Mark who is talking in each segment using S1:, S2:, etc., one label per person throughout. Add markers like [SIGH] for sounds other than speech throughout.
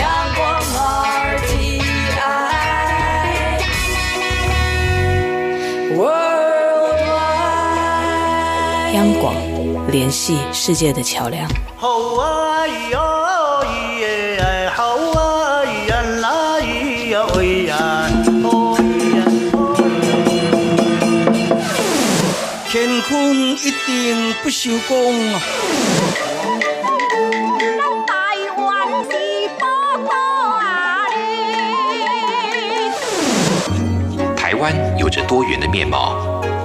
S1: 阳光 RTI。Worldwide。
S2: 央广，联系世界的桥梁。
S3: Hawaii, oh yeah, Hawaii, Hawaii, oh yeah, oh yeah. Thiên không nhất định không chịu công.
S4: 台湾是宝宝啊嘞。
S5: 台湾有着多元的面貌，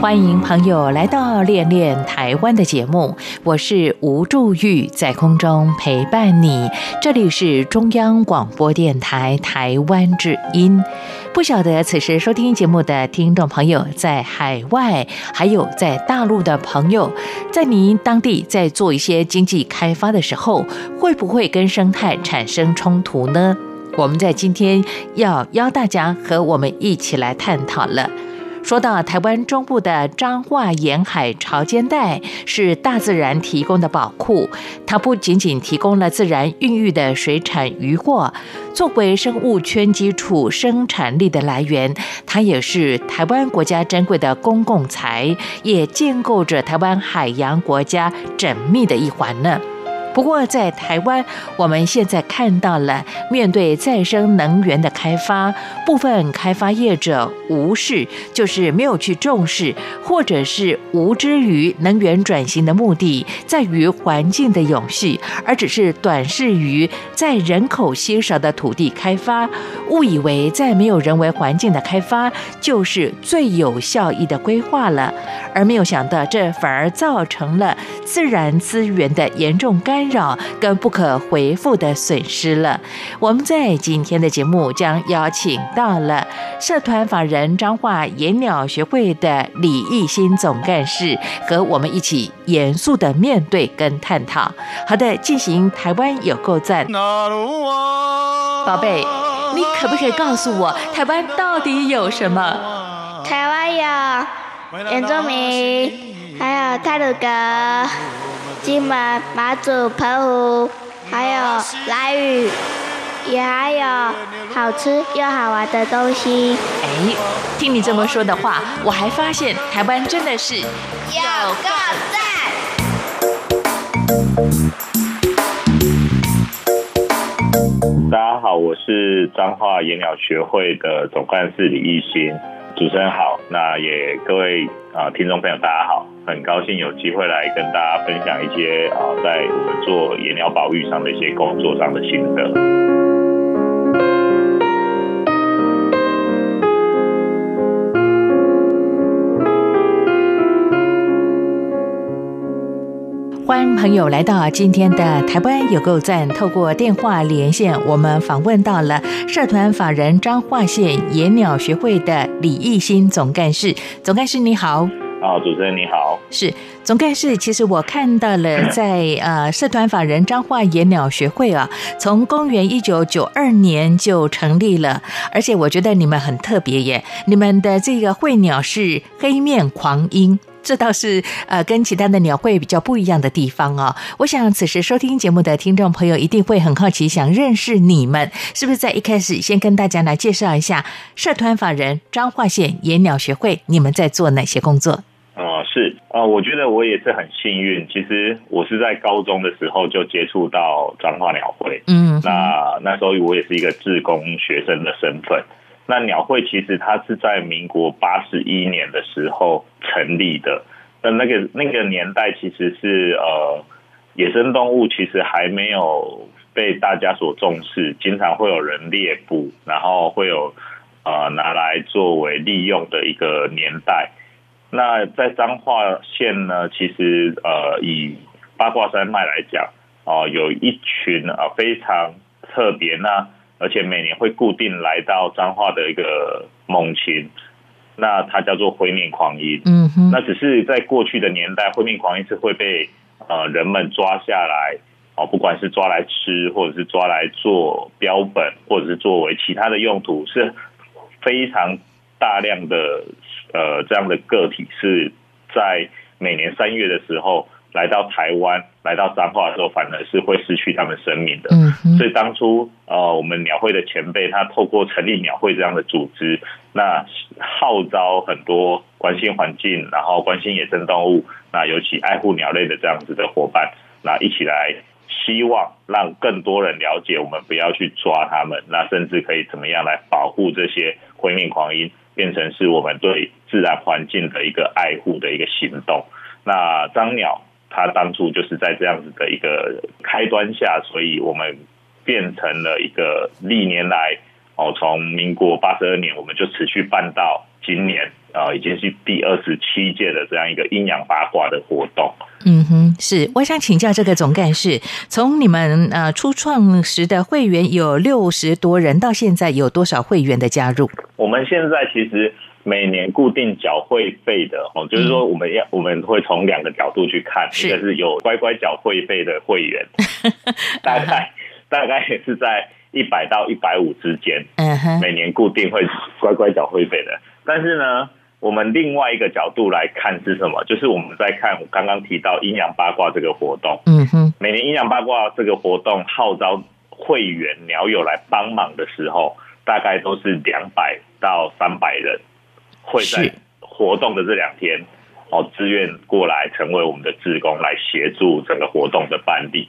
S6: 欢迎朋友来到《恋恋台湾》的节目，我是吴祝玉，在空中陪伴你。这里是中央广播电台台湾之音。不晓得此时收听节目的听众朋友，在海外还有在大陆的朋友，在您当地在做一些经济开发的时候，会不会跟生态产生冲突呢？我们在今天要邀大家和我们一起来探讨了。说到台湾中部的彰化沿海潮间带是大自然提供的宝库，它不仅仅提供了自然孕育的水产渔获，作为生物圈基础生产力的来源，它也是台湾国家珍贵的公共财，也建构着台湾海洋国家缜密的一环呢。不过，在台湾，我们现在看到了面对再生能源的开发，部分开发业者无视，就是没有去重视，或者是无知于能源转型的目的在于环境的永续，而只是短视于在人口稀少的土地开发，误以为在没有人为环境的开发就是最有效益的规划了。而没有想到，这反而造成了自然资源的严重干扰跟不可回复的损失了。我们在今天的节目将邀请到了社团法人彰化野鸟学会的李义新总干事，和我们一起严肃的面对跟探讨。好的，进行台湾有够赞，宝贝，你可不可以告诉我台湾到底有什么？
S7: 台湾有原住民，还有泰鲁格、金门、马祖、澎湖，还有莱屿，也还有好吃又好玩的东西。
S6: 哎，听你这么说的话，我还发现台湾真的是
S7: 有个赞！
S8: 大家好，我是彰化野鸟学会的总干事李义新，主持人好。那也各位啊、听众朋友大家好，很高兴有机会来跟大家分享一些啊、在我们做野鸟保育上的一些工作上的心得。
S6: 欢迎朋友来到今天的台湾有够赞，透过电话连线，我们访问到了社团法人彰化县野鸟学会的李义新总干事。总干事你好，
S8: 啊、主持人你好。
S6: 是总干事。其实我看到了在，呃社团法人彰化野鸟学会啊，从公元一九九二年就成立了，而且我觉得你们很特别耶，你们的这个会鸟是黑面狂鹰。这倒是呃，跟其他的鸟会比较不一样的地方哦。我想此时收听节目的听众朋友一定会很好奇，想认识你们，是不是在一开始先跟大家来介绍一下社团法人彰化县野鸟学会，你们在做哪些工作？
S8: 哦、是啊、呃我觉得我也是很幸运。其实我是在高中的时候就接触到彰化鸟会，
S6: 嗯，
S8: 那那时候我也是一个志工学生的身份。那鸟会其实它是在民国八十一年的时候成立的，那那个那个年代其实是呃野生动物其实还没有被大家所重视，经常会有人猎捕，然后会有呃拿来作为利用的一个年代。那在彰化县呢，其实呃以八卦山脉来讲，哦、呃、有一群啊、呃、非常特别那而且每年会固定来到彰化的一个猛禽，那它叫做灰面狂鹰。
S6: 嗯哼，
S8: 那只是在过去的年代，灰面狂鹰是会被呃人们抓下来哦，不管是抓来吃，或者是抓来做标本，或者是作为其他的用途，是非常大量的呃这样的个体是在每年三月的时候来到台湾，来到彰化的时候，反而是会失去他们生命的。
S6: 嗯哼，
S8: 所以当初呃，我们鸟会的前辈他透过成立鸟会这样的组织，那号召很多关心环境，然后关心野生动物，那尤其爱护鸟类的这样子的伙伴，那一起来，希望让更多人了解，我们不要去抓它们，那甚至可以怎么样来保护这些灰面狂鹰，变成是我们对自然环境的一个爱护的一个行动。那张鸟。它当初就是在这样子的一个开端下，所以我们变成了一个历年来哦，从民国八十二年我们就持续办到今年啊、呃，已经是第二十七届的这样一个阴阳八卦的活动。
S6: 嗯哼，是，我想请教这个总干事，从你们呃初创时的会员有六十多人，到现在有多少会员的加入？
S8: 我们现在其实。每年固定缴会费的哦，就是说我们要我们会从两个角度去看，
S6: 是
S8: 一个是有乖乖缴会费的会员，大概大概也是在一百到一百五之间，
S6: 嗯哼，
S8: 每年固定会乖乖缴会费的。但是呢，我们另外一个角度来看是什么？就是我们在看我刚刚提到阴阳八卦这个活动，
S6: 嗯哼，
S8: 每年阴阳八卦这个活动号召会员鸟友来帮忙的时候，大概都是两百到三百人。会在活动的这两天，哦，自愿过来成为我们的志工，来协助整个活动的办理。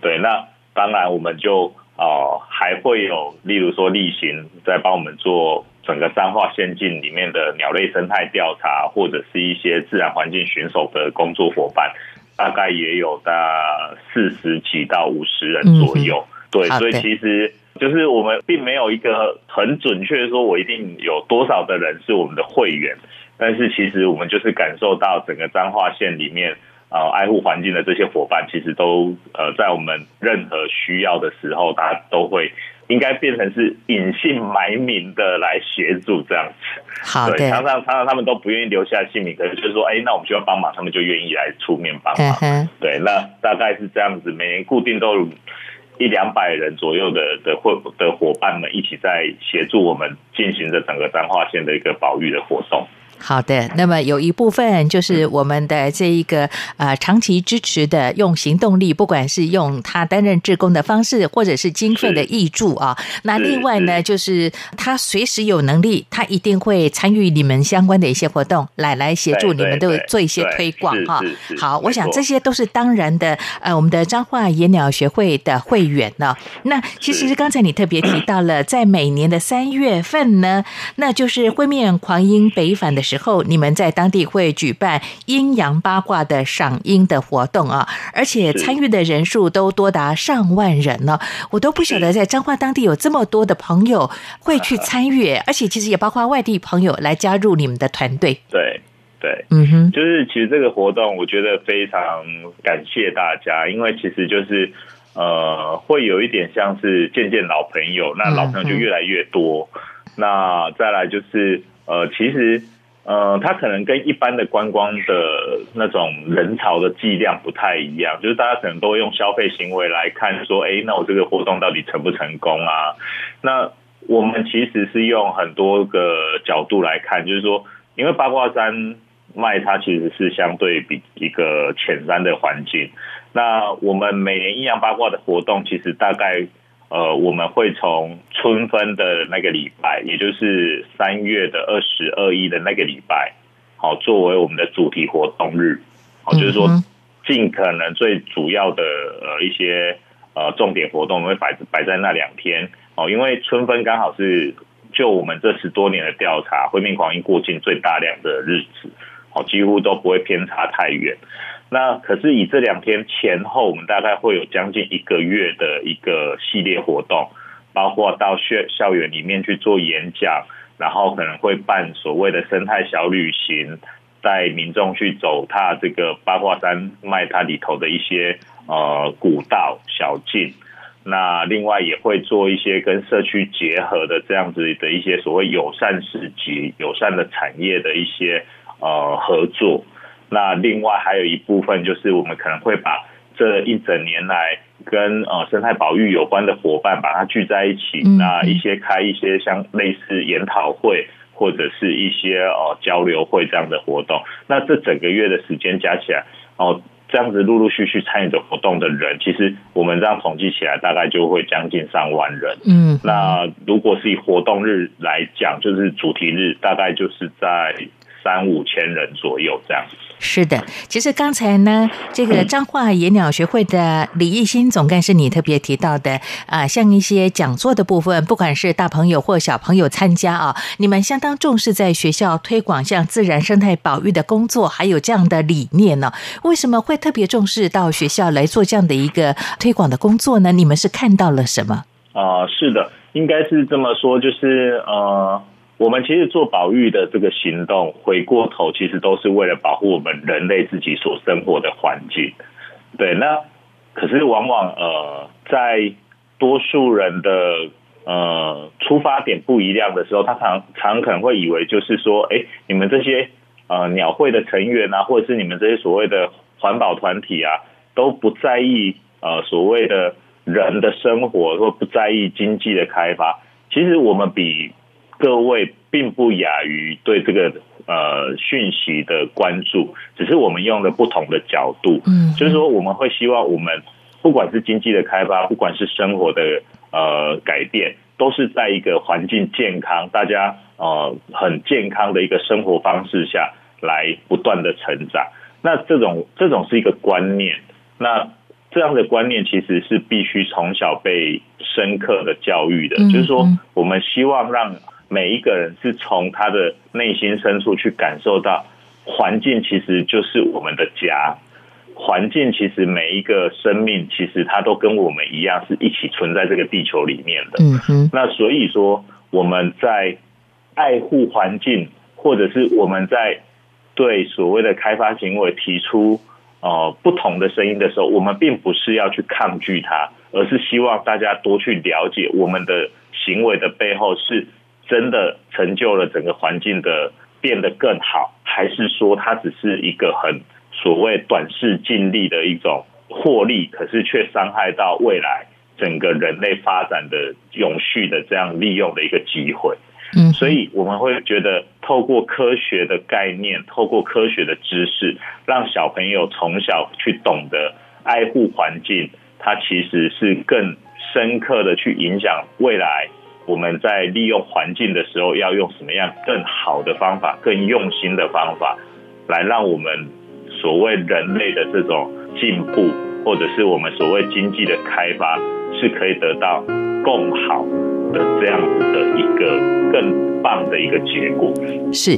S8: 对，那当然我们就哦、呃、还会有，例如说例行在帮我们做整个彰化县境里面的鸟类生态调查，或者是一些自然环境巡守的工作伙伴，大概也有大四十几到五十人左右。
S6: 嗯
S8: 啊对，
S6: 好的
S8: 所以其实就是我们并没有一个很准确说，我一定有多少的人是我们的会员，但是其实我们就是感受到整个彰化县里面，呃，爱护环境的这些伙伴，其实都呃，在我们任何需要的时候，大家都会应该变成是隐姓埋名的来协助这样子。
S6: 好
S8: 啊对，常
S6: 的，
S8: 常常常他们都不愿意留下姓名，可是就是说，哎，那我们需要帮忙，他们就愿意来出面帮
S6: 嗯
S8: 忙。
S6: 哼，
S8: 对，那大概是这样子，每年固定都有一两百人左右的的会的伙伴们一起在协助我们进行着整个彰化县的一个保育的活动。
S6: 好的。那么有一部分
S8: 嗯
S6: 就是我们的这一个呃长期支持的，用行动力，不管是用他担任志工的方式，或者是经费的益助啊。那另外呢，
S8: 是
S6: 就是他随时有能力，他一定会参与你们相关的一些活动，来来协助
S8: 对
S6: 你们
S8: 对
S6: 都
S8: 对
S6: 做一些
S8: 对
S6: 推广
S8: 是
S6: 哈
S8: 是。是
S6: 好，我
S8: 没
S6: 想
S8: 错
S6: 这些都是当然的。呃，我们的彰化野鸟学会的会员呢、那其实
S8: 是
S6: 刚才你特别提到了，在每年的三月份呢，那就是灰面狂鹰北返的时候，你们在当地会举办阴阳八卦的赏鹰的活动啊，而且
S8: 是
S6: 参与的人数都多达上万人呢、我都不晓得在彰化当地有这么多的朋友会去参与，而且其实也包括外地朋友来加入你们的团队。
S8: 对对，
S6: 嗯哼，
S8: 就是其实这个活动，我觉得非常感谢大家，因为其实就是呃，会有一点像是见见老朋友，那老朋友就越来越多。那再来就是呃，其实呃，它可能跟一般的观光的那种人潮的剂量不太一样，就是大家可能都会用消费行为来看说，哎，那我这个活动到底成不成功啊？那我们其实是用很多个角度来看，就是说，因为八卦山脉它其实是相对比一个浅山的环境。那我们每年阴阳八卦的活动，其实大概呃，我们会从春分的那个礼拜，也就是三月的二十二一的那个礼拜，好、作为我们的主题活动日，好、就是说
S6: 嗯哼
S8: 尽可能最主要的呃一些呃重点活动，我们会摆摆在那两天哦，因为春分刚好是就我们这十多年的调查，灰面狂鹰过境最大量的日子，哦，几乎都不会偏差太远。那可是以这两天前后，我们大概会有将近一个月的一个系列活动，包括到校校园里面去做演讲，然后可能会办所谓的生态小旅行，带民众去走踏这个八卦山脉它里头的一些呃古道小径。那另外也会做一些跟社区结合的这样子的一些所谓友善市集、友善的产业的一些呃合作。那另外还有一部分就是我们可能会把这一整年来跟呃生态保育有关的伙伴把它聚在一起，
S6: 嗯
S8: 那一些开一些像类似研讨会或者是一些呃交流会这样的活动。那这整个月的时间加起来，哦、这样子陆陆续续参与的活动的人，其实我们这样统计起来，大概就会将近上万人。
S6: 嗯，
S8: 那如果是以活动日来讲，就是主题日，大概就是在三五千人左右这样子。
S6: 是的，其实刚才呢，这个彰化野鸟学会的李义新总干事，你特别提到的啊、像一些讲座的部分，不管是大朋友或小朋友参加啊，你们相当重视在学校推广像自然生态保育的工作，还有这样的理念呢、为什么会特别重视到学校来做这样的一个推广的工作呢？你们是看到了什么？
S8: 呃，是的，应该是这么说，就是呃，我们其实做保育的这个行动，回过头其实都是为了保护我们人类自己所生活的环境。对，那可是往往呃，在多数人的呃出发点不一样的时候，他常常可能会以为就是说，哎，你们这些呃鸟会的成员啊，或者是你们这些所谓的环保团体啊，都不在意呃所谓的人的生活，或不在意经济的开发。其实我们比各位并不亚于对这个呃讯息的关注，只是我们用了不同的角度。
S6: 嗯
S8: 就是说我们会希望我们不管是经济的开发，不管是生活的呃改变，都是在一个环境健康、大家呃很健康的一个生活方式下来不断的成长。那这种这种是一个观念，那这样的观念其实是必须从小被深刻的教育的，
S6: 嗯
S8: 就是说
S6: 嗯
S8: 我们希望让每一个人是从他的内心深处去感受到，环境其实就是我们的家，环境其实每一个生命其实它都跟我们一样是一起存在这个地球里面的。
S6: 嗯哼，
S8: 那所以说，我们在爱护环境，或者是我们在对所谓的开发行为提出呃不同的声音的时候，我们并不是要去抗拒它，而是希望大家多去了解我们的行为的背后是真的成就了整个环境的变得更好，还是说它只是一个很所谓短视近利的一种获利，可是却伤害到未来整个人类发展的永续的这样利用的一个机会。
S6: 嗯，
S8: 所以我们会觉得，透过科学的概念，透过科学的知识，让小朋友从小去懂得爱护环境，它其实是更深刻的去影响未来我们在利用环境的时候，要用什么样更好的方法、更用心的方法，来让我们所谓人类的这种进步，或者是我们所谓经济的开发，是可以得到更好的这样子的一个更棒的一个结果。
S6: 是。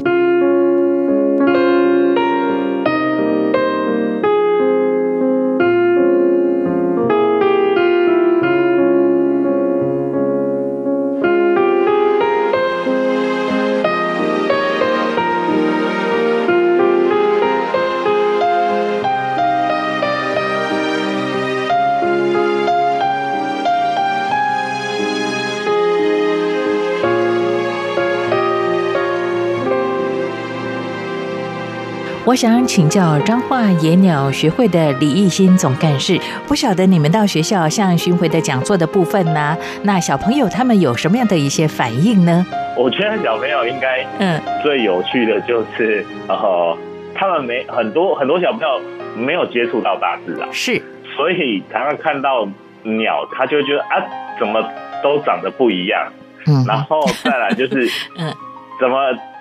S6: 我想请教彰化野鸟学会的李义新总干事，不晓得你们到学校像巡回的讲座的部分呢、那小朋友他们有什么样的一些反应呢？
S8: 我觉得小朋友应该
S6: 嗯，
S8: 最有趣的就是，呃，他们没很多很多小朋友没有接触到大自然。
S6: 是，
S8: 所以常常看到鸟，他就会觉得啊，怎么都长得不一样。
S6: 嗯
S8: 然后再来就是，
S6: [LAUGHS] 嗯，
S8: 怎么？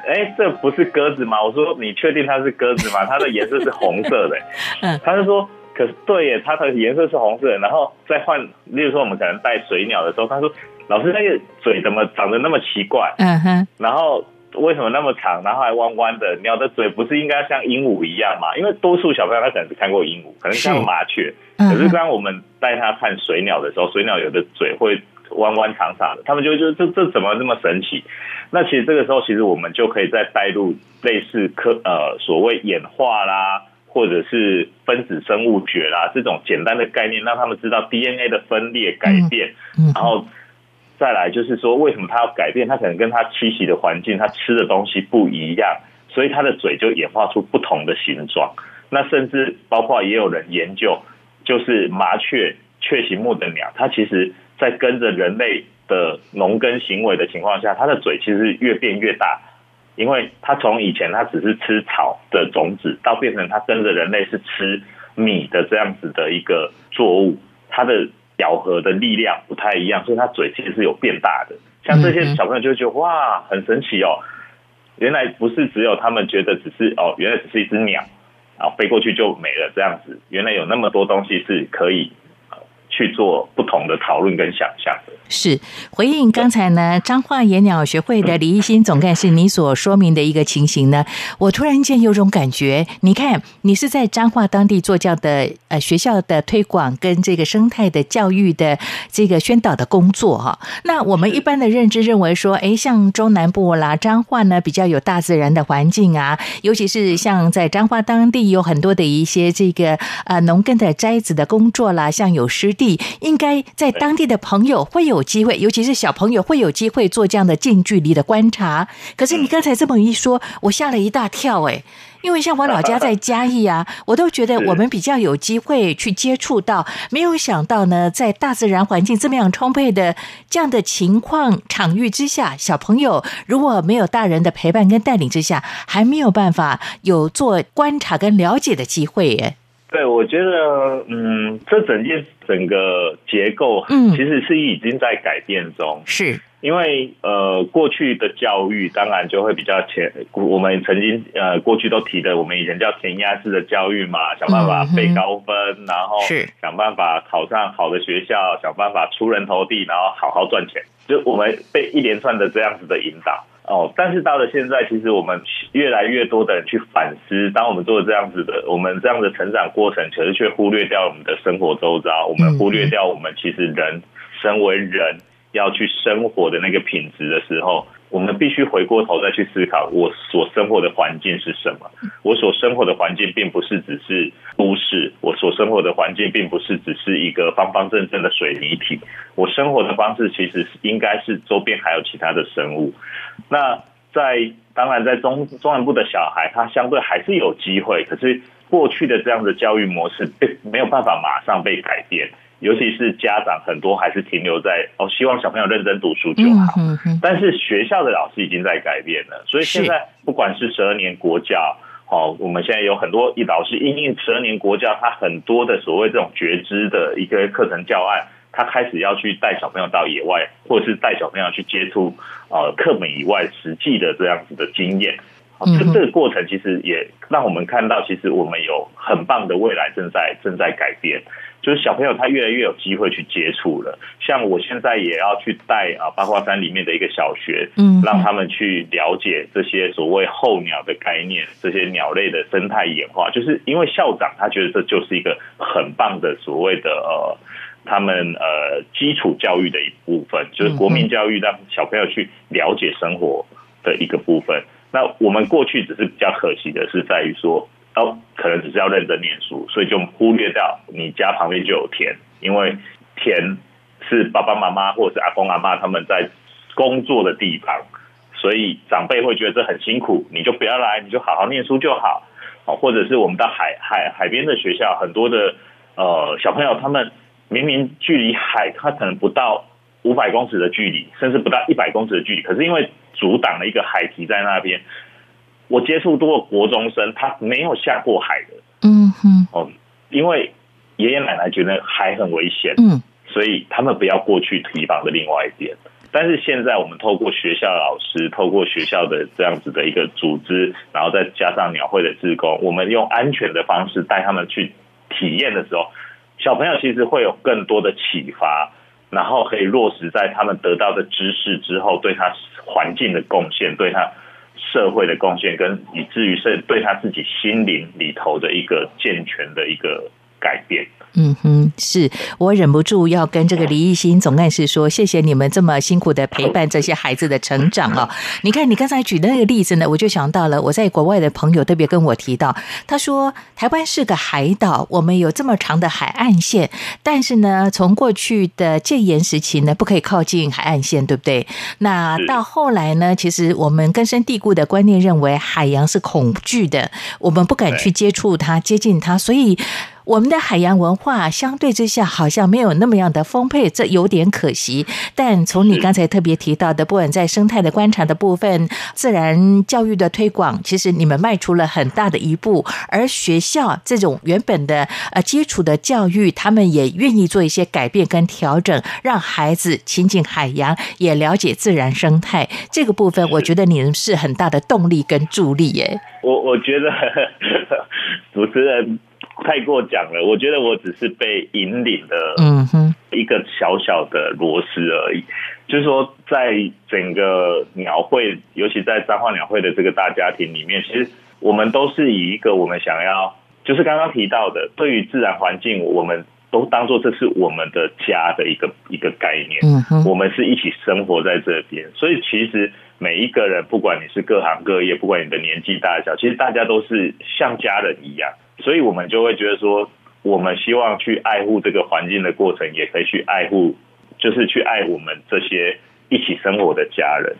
S8: 哎，这不是鸽子吗？我说你确定它是鸽子吗？它的颜色是红色的。
S6: [LAUGHS] 嗯，
S8: 他就说，可是对耶，它的颜色是红色的。然后再换，例如说我们可能带水鸟的时候，他说老师那个嘴怎么长得那么奇怪？
S6: 嗯哼，
S8: 然后为什么那么长，然后还弯弯的？鸟的嘴不是应该像鹦鹉一样嘛？因为多数小朋友他可能只看过鹦鹉，可能看过麻雀，
S6: 嗯
S8: 可是当我们带他看水鸟的时候，水鸟有的嘴会弯弯长长的，他们就会觉得这这怎么这么神奇？那其实这个时候，其实我们就可以再带入类似科呃所谓演化啦，或者是分子生物学啦这种简单的概念，让他们知道 DNA 的分裂改变，
S6: 嗯
S8: 然后再来就是说，为什么它要改变？它可能跟它栖息的环境、它吃的东西不一样，所以它的嘴就演化出不同的形状。那甚至包括也有人研究，就是麻雀雀形目的鸟，它其实在跟着人类的农耕行为的情况下，它的嘴其实越变越大，因为它从以前它只是吃草的种子，到变成它跟着人类是吃米的这样子的一个作物，它的咬合的力量不太一样，所以它嘴其实是有变大的。像这些小朋友就会觉得哇，很神奇哦，原来不是只有他们觉得只是哦，原来只是一只鸟啊，飞过去就没了这样子，原来有那么多东西是可以呃去做不同的讨论跟想象的。
S6: 是回应刚才呢，彰化野鸟学会的李一新总干事你所说明的一个情形呢，我突然间有种感觉，你看你是在彰化当地做教的呃学校的推广跟这个生态的教育的这个宣导的工作哈、那我们一般的认知认为说，诶，像中南部啦、彰化呢比较有大自然的环境啊，尤其是像在彰化当地有很多的一些这个呃农耕的摘子的工作啦，像有湿地，应该在当地的朋友会有机会，尤其是小朋友会有机会做这样的近距离的观察。可是你刚才这么一说，我吓了一大跳诶，因为像我老家在嘉义啊，我都觉得我们比较有机会去接触到，没有想到呢，在大自然环境这么样充沛的这样的情况场域之下，小朋友如果没有大人的陪伴跟带领之下，还没有办法有做观察跟了解的机会耶。
S8: 对，我觉得，嗯，这整件整个结构，
S6: 嗯
S8: 其实是已经在改变中。
S6: 是，
S8: 因为呃，过去的教育当然就会比较前，我们曾经呃过去都提的，我们以前叫填鸭式的教育嘛，想办法
S6: 嗯哼
S8: 背高分，然后
S6: 是
S8: 想办法考上好的学校，想办法出人头地，然后好好赚钱，就我们被一连串的这样子的引导。哦，但是到了现在，其实我们越来越多的人去反思，当我们做这样子的，我们这样的成长过程，可是却忽略掉我们的生活周遭，我们忽略掉我们其实人身为人要去生活的那个品质的时候，我们必须回过头再去思考，我所生活的环境是什么？我所生活的环境并不是只是都市，我所生活的环境并不是只是一个方方正正的水泥体，我生活的方式其实是应该是周边还有其他的生物。那在当然，在中中南部的小孩，他相对还是有机会，可是过去的这样的教育模式被没有办法马上被改变，尤其是家长很多还是停留在哦，希望小朋友认真读书就好。
S6: 嗯哼，
S8: 但是学校的老师已经在改变了，所以现在不管是十二年国教，哦，我们现在有很多老师因应十二年国教，他很多的所谓这种觉知的一个课程教案，他开始要去带小朋友到野外，或者是带小朋友去接触呃课本以外实际的这样子的经验。哦
S6: 嗯
S8: 这
S6: 哼
S8: 这个过程其实也让我们看到，其实我们有很棒的未来正在正在改变。就是小朋友他越来越有机会去接触了。像我现在也要去带啊八卦山里面的一个小学，
S6: 嗯
S8: 让他们去了解这些所谓候鸟的概念，这些鸟类的生态演化，就是因为校长他觉得这就是一个很棒的所谓的呃。他们呃基础教育的一部分，就是国民教育，让小朋友去了解生活的一个部分。那我们过去只是比较可惜的是在于说，哦，可能只是要认真念书，所以就忽略掉你家旁边就有田，因为田是爸爸妈妈或者是阿公阿妈他们在工作的地方，所以长辈会觉得这很辛苦，你就不要来，你就好好念书就好。哦，或者是我们到海海海边的学校，很多的呃小朋友他们明明距离海，他可能不到五百公尺的距离，甚至不到一百公尺的距离，可是因为阻挡了一个海堤在那边。我接触多的国中生，他没有下过海的
S6: 嗯哼，
S8: 哦，因为爷爷奶奶觉得海很危险，
S6: 嗯
S8: 所以他们不要过去提防的另外一边。但是现在我们透过学校老师，透过学校的这样子的一个组织，然后再加上鸟会的志工，我们用安全的方式带他们去体验的时候，小朋友其实会有更多的启发，然后可以落实在他们得到的知识之后，对他环境的贡献，对他社会的贡献，跟以至于是对他自己心灵里头的一个健全的一个改变。
S6: 嗯哼，是我忍不住要跟这个李艺兴总干事说，谢谢你们这么辛苦的陪伴这些孩子的成长啊、你看，你刚才举的那个例子呢，我就想到了我在国外的朋友特别跟我提到，他说台湾是个海岛，我们有这么长的海岸线，但是呢，从过去的戒严时期呢，不可以靠近海岸线，对不对？那
S8: 是
S6: 到后来呢，其实我们根深蒂固的观念认为海洋是恐惧的，我们不敢
S8: 对
S6: 去接触它、接近它，所以我们的海洋文化相对之下好像没有那么样的丰沛，这有点可惜。但从你
S8: 是
S6: 刚才特别提到的，不管在生态的观察的部分、自然教育的推广，其实你们迈出了很大的一步。而学校这种原本的呃基础的教育，他们也愿意做一些改变跟调整，让孩子亲近海洋，也了解自然生态这个部分，我觉得你们是很大的动力跟助力耶。
S8: 我我觉得 [LAUGHS] 主持人太过讲了，我觉得我只是被引领的
S6: 嗯哼，
S8: 一个小小的螺丝而已。就是说，在整个鸟会，尤其在彰化鸟会的这个大家庭里面，其实我们都是以一个我们想要，就是刚刚提到的，对于自然环境，我们都当做这是我们的家的一个一个概念。
S6: 嗯哼。
S8: 我们是一起生活在这边，所以其实每一个人，不管你是各行各业，不管你的年纪大小，其实大家都是像家人一样，所以我们就会觉得说，我们希望去爱护这个环境的过程，也可以去爱护，就是去爱我们这些一起生活的家人。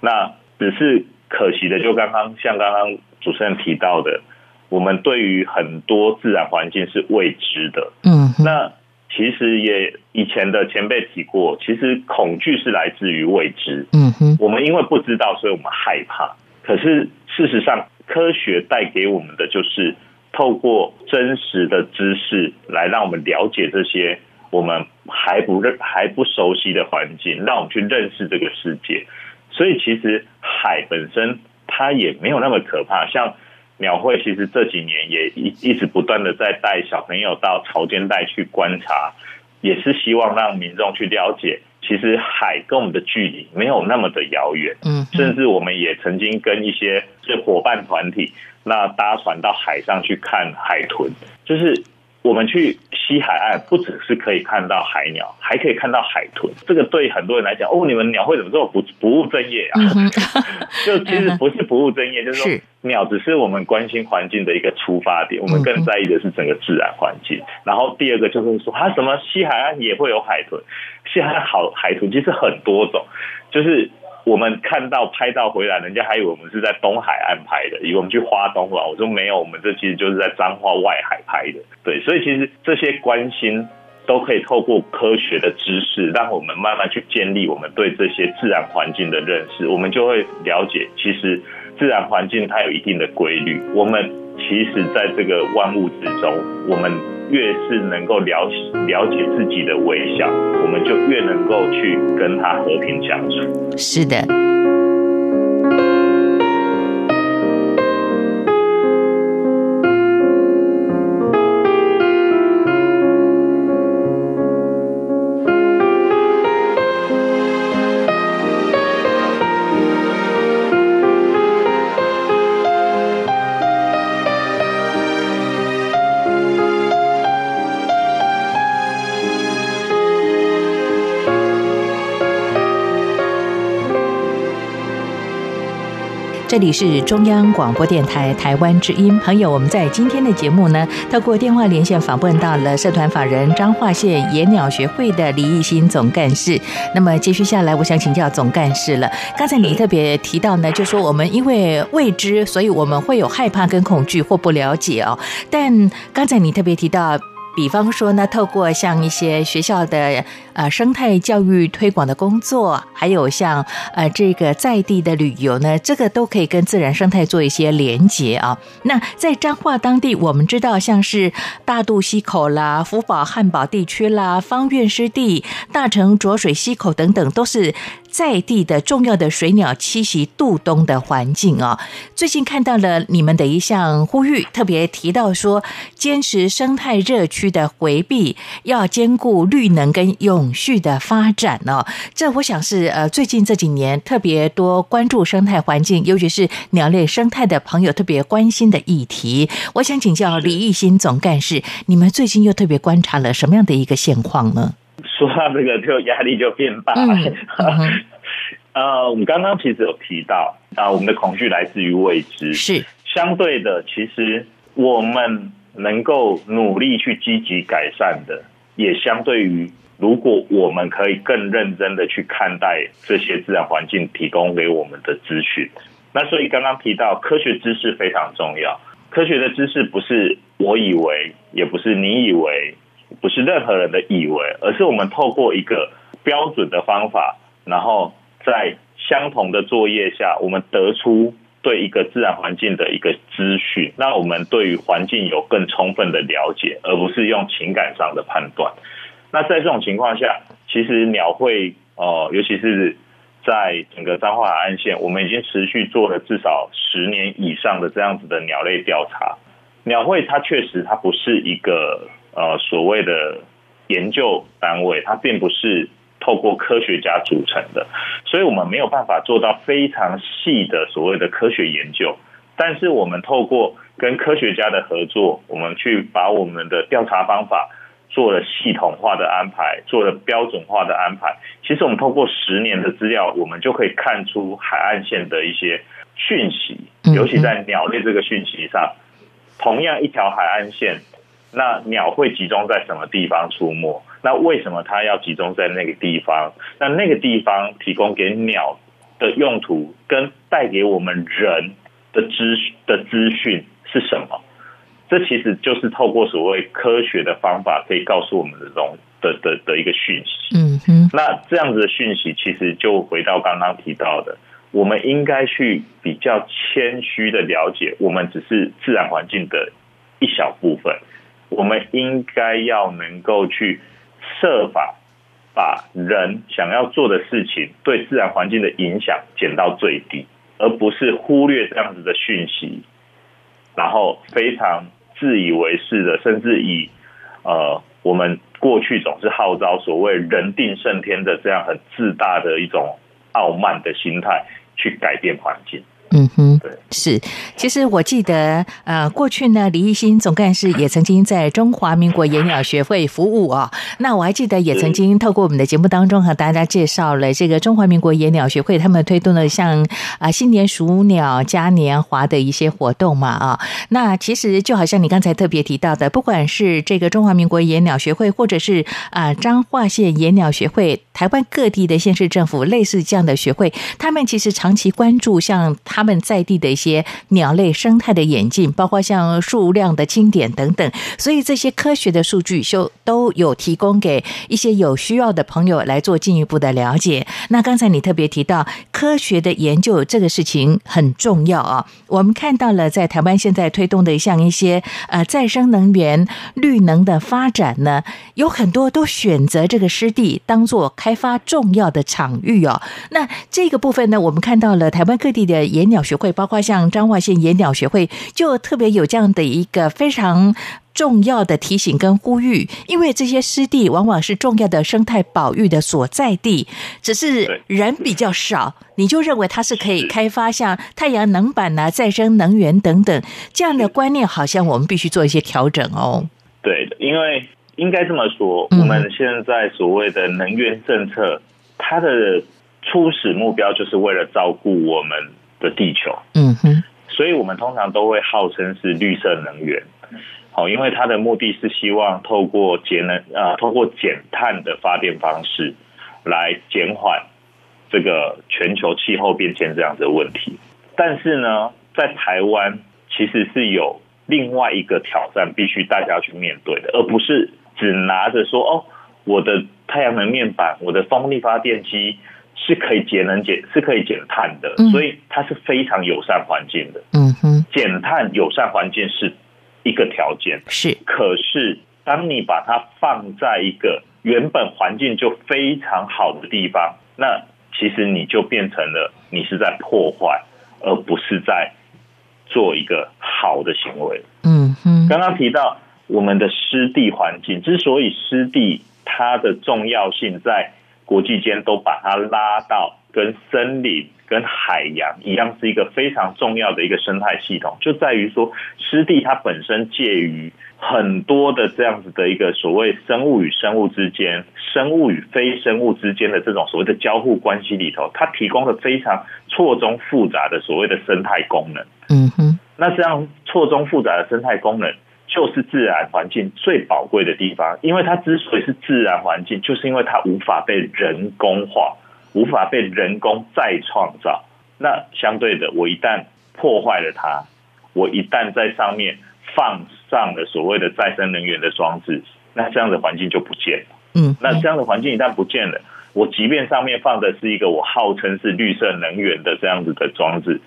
S8: 那只是可惜的，就刚刚像刚刚主持人提到的，我们对于很多自然环境是未知的，
S6: 嗯哼，
S8: 那其实也以前的前辈提过，其实恐惧是来自于未知。
S6: 嗯哼，
S8: 我们因为不知道，所以我们害怕。可是事实上，科学带给我们的就是透过真实的知识来让我们了解这些我们还不认、还不熟悉的环境，让我们去认识这个世界。所以其实海本身它也没有那么可怕，像。鸟会其实这几年也一一直不断的在带小朋友到潮间带去观察，也是希望让民众去了解，其实海跟我们的距离没有那么的遥远。
S6: 嗯哼，
S8: 甚至我们也曾经跟一些是伙伴团体，那搭船到海上去看海豚，就是我们去西海岸，不只是可以看到海鸟，还可以看到海豚。这个对很多人来讲，哦，你们鸟会怎么这么不不务正业啊？
S6: 嗯
S8: [LAUGHS] 就其实不是不务正业，就是说
S6: 是
S8: 鸟只是我们关心环境的一个出发点，我们更在意的是整个自然环境。然后第二个就是说，它什么西海岸也会有海豚，西海岸好海豚其实很多种，就是我们看到拍到回来，人家还以为我们是在东海岸拍的，以为我们去花东玩。我说没有，我们这其实就是在彰化外海拍的。对，所以其实这些关心都可以透过科学的知识，让我们慢慢去建立我们对这些自然环境的认识，我们就会了解，其实自然环境它有一定的规律。我们其实在这个万物之中，我们越是能够了解了解自己的微小，我们就越能够去跟它和平相处。
S6: 是的。这里是中央广播电台台湾之音，朋友，我们在今天的节目呢，透过电话连线访问到了社团法人彰化县野鸟学会的李义新总干事。那么接续下来，我想请教总干事了。刚才你特别提到呢，就说我们因为未知，所以我们会有害怕跟恐惧或不了解哦。但刚才你特别提到。比方说呢，透过像一些学校的呃生态教育推广的工作，还有像呃这个在地的旅游呢，这个都可以跟自然生态做一些连结啊。那在彰化当地，我们知道像是大肚溪口啦、福宝汉堡地区啦、方院湿地、大城浊水溪口等等，都是在地的重要的水鸟栖息渡冬的环境啊、哦。最近看到了你们的一项呼吁，特别提到说，坚持生态热区的回避，要兼顾绿能跟永续的发展哦。这我想是呃，最近这几年特别多关注生态环境，尤其是鸟类生态的朋友特别关心的议题。我想请教李义新总干事，你们最近又特别观察了什么样的一个现况呢？
S8: 说到这个，就压力就变大了。
S6: 嗯嗯
S8: [LAUGHS] 呃，我们刚刚其实有提到啊、我们的恐惧来自于未知。
S6: 是，
S8: 相对的，其实我们能够努力去积极改善的，也相对于如果我们可以更认真的去看待这些自然环境提供给我们的资讯。那所以刚刚提到科学知识非常重要，科学的知识不是我以为，也不是你以为，不是任何人的以为，而是我们透过一个标准的方法，然后在相同的作业下，我们得出对一个自然环境的一个资讯，那我们对于环境有更充分的了解，而不是用情感上的判断。那在这种情况下，其实鸟会哦、呃尤其是在整个彰化海岸线，我们已经持续做了至少十年以上的这样子的鸟类调查。鸟会它确实它不是一个呃所谓的研究单位，它并不是透过科学家组成的，所以我们没有办法做到非常细的所谓的科学研究。但是我们透过跟科学家的合作，我们去把我们的调查方法做了系统化的安排，做了标准化的安排。其实我们透过十年的资料，我们就可以看出海岸线的一些讯息
S6: 嗯，
S8: 尤其在鸟类这个讯息上，同样一条海岸线，那鸟会集中在什么地方出没？那为什么它要集中在那个地方？那那个地方提供给鸟的用途跟带给我们人的资的资讯是什么？这其实就是透过所谓科学的方法，可以告诉我们的这种的的的一个讯息。
S6: 嗯哼，
S8: 那这样子的讯息，其实就回到刚刚提到的，我们应该去比较谦虚的了解，我们只是自然环境的一小部分，我们应该要能够去设法把人想要做的事情对自然环境的影响减到最低，而不是忽略这样子的讯息，然后非常自以为是的，甚至以呃，我们过去总是号召所谓“人定胜天”的这样很自大的一种傲慢的心态去改变环境。
S6: 嗯哼
S8: 对，
S6: 是。其实我记得，呃，过去呢，李义新总干事也曾经在中华民国野鸟学会服务啊、那我还记得，也曾经透过我们的节目当中和大家介绍了这个中华民国野鸟学会他们推动的像啊、新年数鸟嘉年华的一些活动嘛啊。那其实就好像你刚才特别提到的，不管是这个中华民国野鸟学会，或者是啊、彰化县野鸟学会，台湾各地的县市政府类似这样的学会，他们其实长期关注像他们在地的一些鸟类生态的演进，包括像数量的清点等等，所以这些科学的数据就都有提供给一些有需要的朋友来做进一步的了解。那刚才你特别提到科学的研究这个事情很重要啊，我们看到了在台湾现在推动的像一些呃再生能源、绿能的发展呢，有很多都选择这个湿地当做开发重要的场域哦。那这个部分呢，我们看到了台湾各地的野鸟学会，包括像彰化县野鸟学会，就特别有这样的一个非常。重要的提醒跟呼吁，因为这些湿地往往是重要的生态保育的所在地，只是
S8: 对
S6: 人比较少，你就认为它是可以
S8: 是
S6: 开发像太阳能板啊、再生能源等等这样的观念，好像我们必须做一些调整哦。
S8: 对的，因为应该这么说，
S6: 嗯
S8: 我们现在所谓的能源政策，它的初始目标就是为了照顾我们的地球。
S6: 嗯哼，
S8: 所以我们通常都会号称是绿色能源。好，因为它的目的是希望透过节能呃，透过减碳的发电方式来减缓这个全球气候变迁这样子的问题。但是呢，在台湾其实是有另外一个挑战，必须大家去面对的，而不是只拿着说哦，我的太阳能面板、我的风力发电机是可以节能减，是可以减碳的
S6: 嗯，
S8: 所以它是非常友善环境的。
S6: 嗯哼，
S8: 减碳友善环境是一个条件，
S6: 是，
S8: 可是当你把它放在一个原本环境就非常好的地方，那其实你就变成了你是在破坏，而不是在做一个好的行为。
S6: 嗯哼，
S8: 刚刚提到我们的湿地环境，之所以湿地它的重要性在国际间都把它拉到跟森林、跟海洋一样，是一个非常重要的一个生态系统，就在于说湿地它本身介于很多的这样子的一个所谓生物与生物之间、生物与非生物之间的这种所谓的交互关系里头，它提供了非常错综复杂的所谓的生态功能。
S6: 嗯哼，
S8: 那这样错综复杂的生态功能，就是自然环境最宝贵的地方。因为它之所以是自然环境，就是因为它无法被人工化，无法被人工再创造。那相对的，我一旦破坏了它，我一旦在上面放上了所谓的再生能源的装置，那这样的环境就不见了。
S6: 嗯，
S8: 那这样的环境一旦不见了，我即便上面放的是一个我号称是绿色能源的这样子的装置，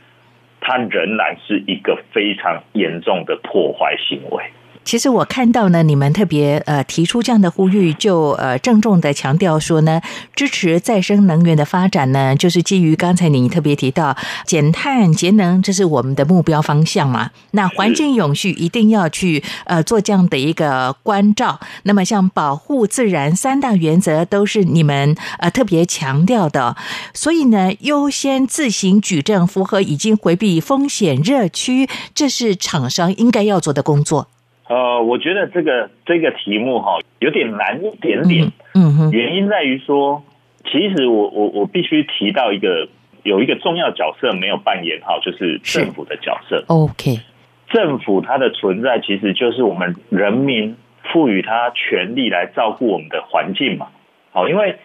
S8: 它仍然是一个非常严重的破坏行为。
S6: 其实我看到呢，你们特别呃提出这样的呼吁，就呃郑重的强调说呢，支持再生能源的发展呢，就是基于刚才你特别提到减碳节能，这是我们的目标方向嘛。那环境永续一定要去呃做这样的一个关照。那么像保护自然三大原则都是你们呃特别强调的哦，所以呢，优先自行举证，符合已经回避风险热区，这是厂商应该要做的工作。
S8: 呃，我觉得这个这个题目哈、有点难一点点，
S6: 嗯哼，
S8: 原因在于说，其实我我我必须提到一个有一个重要角色没有扮演好，就是
S6: 是
S8: 政府的角色。
S6: ，OK，
S8: 政府它的存在其实就是我们人民赋予它权利来照顾我们的环境嘛。好，因为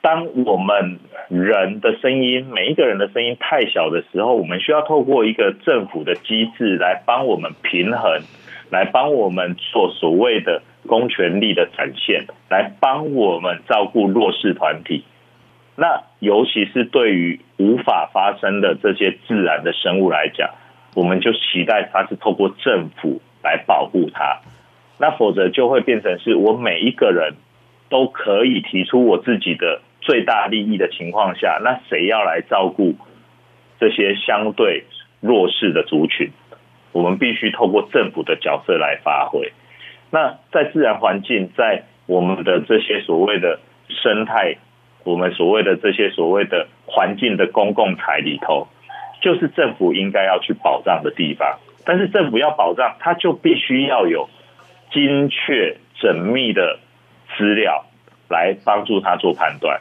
S8: 当我们人的声音，每一个人的声音太小的时候，我们需要透过一个政府的机制来帮我们平衡，来帮我们做所谓的公权力的展现，来帮我们照顾弱势团体。那尤其是对于无法发生的这些自然的生物来讲，我们就期待它是透过政府来保护它。那否则就会变成是我每一个人都可以提出我自己的最大利益的情况下，那谁要来照顾这些相对弱势的族群？我们必须透过政府的角色来发挥。那在自然环境，在我们的这些所谓的生态，我们所谓的这些所谓的环境的公共财里头，就是政府应该要去保障的地方。但是政府要保障，它就必须要有精确缜密的资料来帮助他做判断。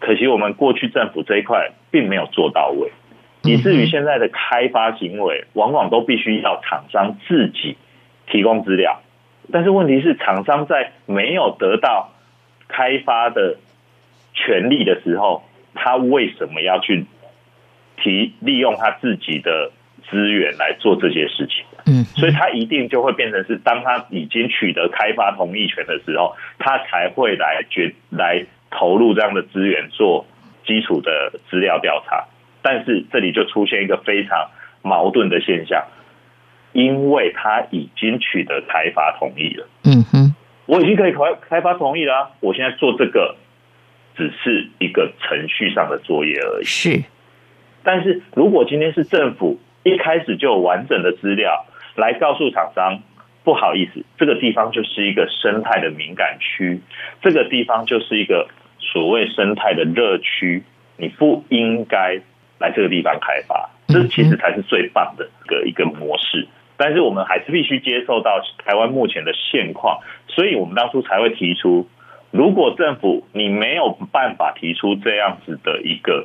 S8: 可惜我们过去政府这一块并没有做到位，以至于现在的开发行为往往都必须要厂商自己提供资料。但是问题是，厂商在没有得到开发的权利的时候，他为什么要去提利用他自己的资源来做这些事情？
S6: 嗯
S8: 所以他一定就会变成是，当他已经取得开发同意权的时候，他才会来决来投入这样的资源做基础的资料调查。但是这里就出现一个非常矛盾的现象，因为他已经取得开发同意了，
S6: 嗯哼，
S8: 我已经可以开开发同意了啊，我现在做这个只是一个程序上的作业而已。
S6: 是，
S8: 但是如果今天是政府一开始就有完整的资料来告诉厂商，不好意思，这个地方就是一个生态的敏感区，这个地方就是一个所谓生态的热区，你不应该来这个地方开发，这其实才是最棒的一个一个模式。但是我们还是必须接受到台湾目前的现况，所以我们当初才会提出，如果政府你没有办法提出这样子的一个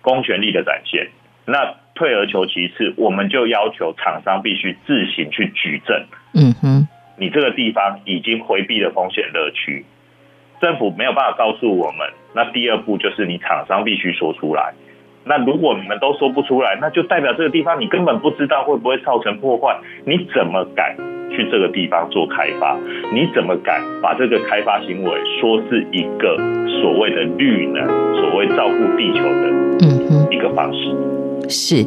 S8: 公权力的展现。那退而求其次，我们就要求厂商必须自行去举证，
S6: 嗯哼，
S8: 你这个地方已经回避了风险乐区，政府没有办法告诉我们。那第二步就是你厂商必须说出来。那如果你们都说不出来，那就代表这个地方你根本不知道会不会造成破坏，你怎么敢去这个地方做开发？你怎么敢把这个开发行为说是一个所谓的绿能，所谓照顾地球的
S6: 嗯哼，
S8: 一个方式？
S6: 是。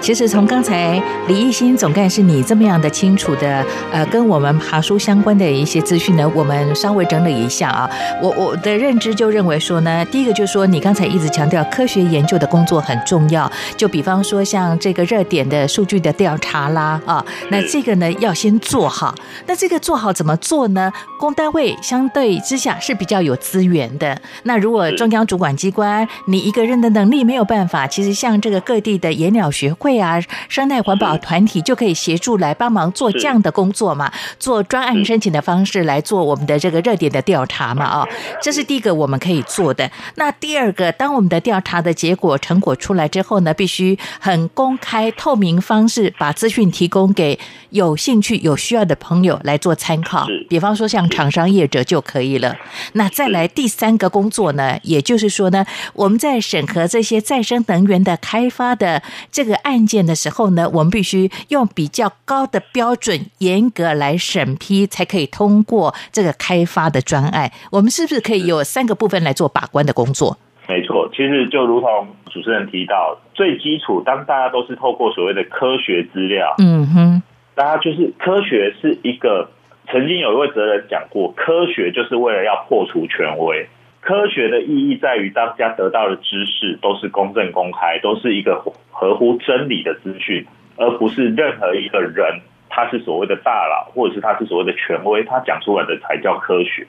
S6: 其实从刚才李艺兴总干事你这么样的清楚的，呃，跟我们爬书相关的一些资讯呢，我们稍微整理一下啊。我我的认知就认为说呢，第一个就是说你刚才一直强调科学研究的工作很重要，就比方说像这个热点的数据的调查啦啊，那这个呢要先做好。那这个做好怎么做呢？公单位相对之下是比较有资源的。那如果中央主管机关你一个人的能力没有办法，其实像这个各地的野鸟学会啊、生态环保团体就可以协助来帮忙做这样的工作嘛，做专案申请的方式来做我们的这个热点的调查嘛啊、哦，这是第一个我们可以做的。那第二个，当我们的调查的结果成果出来之后呢，必须很公开透明方式把资讯提供给有兴趣有需要的朋友来做参考，比方说像厂商业者就可以了。那再来第三个工作呢，也就是说呢，我们在审核这些再生能源的开发的这个案件的时候呢，我们必须用比较高的标准严格来审批，才可以通过这个开发的专案。我们是不是可以有三个部分来做把关的工作？
S8: 没错，其实就如同主持人提到，最基础，当大家都是透过所谓的科学资料，
S6: 嗯哼，
S8: 大家就是科学是一个。曾经有一位哲人讲过，科学就是为了要破除权威。科学的意义在于，大家得到的知识都是公正公开，都是一个合乎真理的资讯，而不是任何一个人他是所谓的大佬，或者是他是所谓的权威，他讲出来的才叫科学，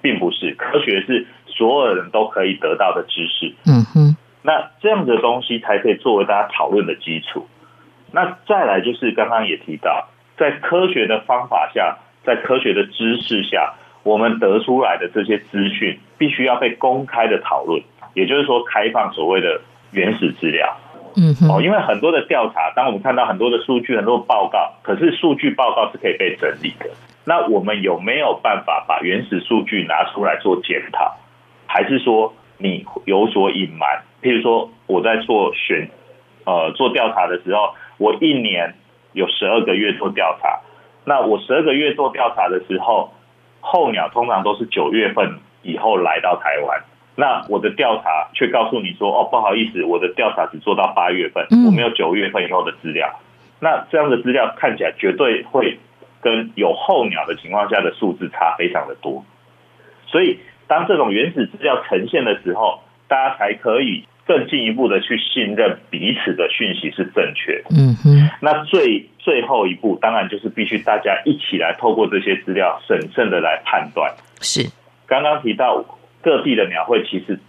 S8: 并不是科学是所有人都可以得到的知识。
S6: 嗯哼，
S8: 那这样的东西才可以作为大家讨论的基础。那再来就是刚刚也提到，在科学的方法下。在科学的知识下，我们得出来的这些资讯必须要被公开的讨论，也就是说，开放所谓的原始资料。
S6: 嗯哼，
S8: 哦，因为很多的调查，当我们看到很多的数据、很多报告，可是数据报告是可以被整理的。那我们有没有办法把原始数据拿出来做检讨？还是说你有所隐瞒？譬如说，我在做选呃做调查的时候，我一年有十二个月做调查。那我十二个月做调查的时候，候鸟通常都是九月份以后来到台湾。那我的调查却告诉你说，哦，不好意思，我的调查只做到八月份，我没有九月份以后的资料。那这样的资料看起来绝对会跟有候鸟的情况下的数字差非常的多。所以，当这种原始资料呈现的时候，大家才可以更进一步的去信任彼此的讯息是正确的。
S6: 嗯哼，
S8: 那最。最后一步当然就是必须大家一起来透过这些资料审慎的来判断。
S6: 是，
S8: 刚刚提到各地的鸟会其实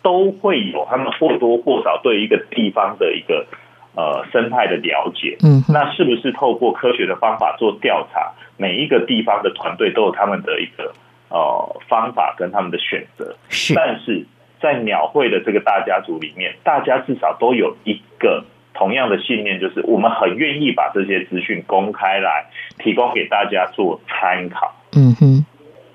S8: 都会有他们或多或少对一个地方的一个呃生态的了解。
S6: 嗯哼，
S8: 那是不是透过科学的方法做调查？每一个地方的团队都有他们的一个呃方法跟他们的选择。
S6: 是，
S8: 但是在鸟会的这个大家族里面，大家至少都有一个。同样的信念就是，我们很愿意把这些资讯公开来，提供给大家做参考，
S6: 嗯哼，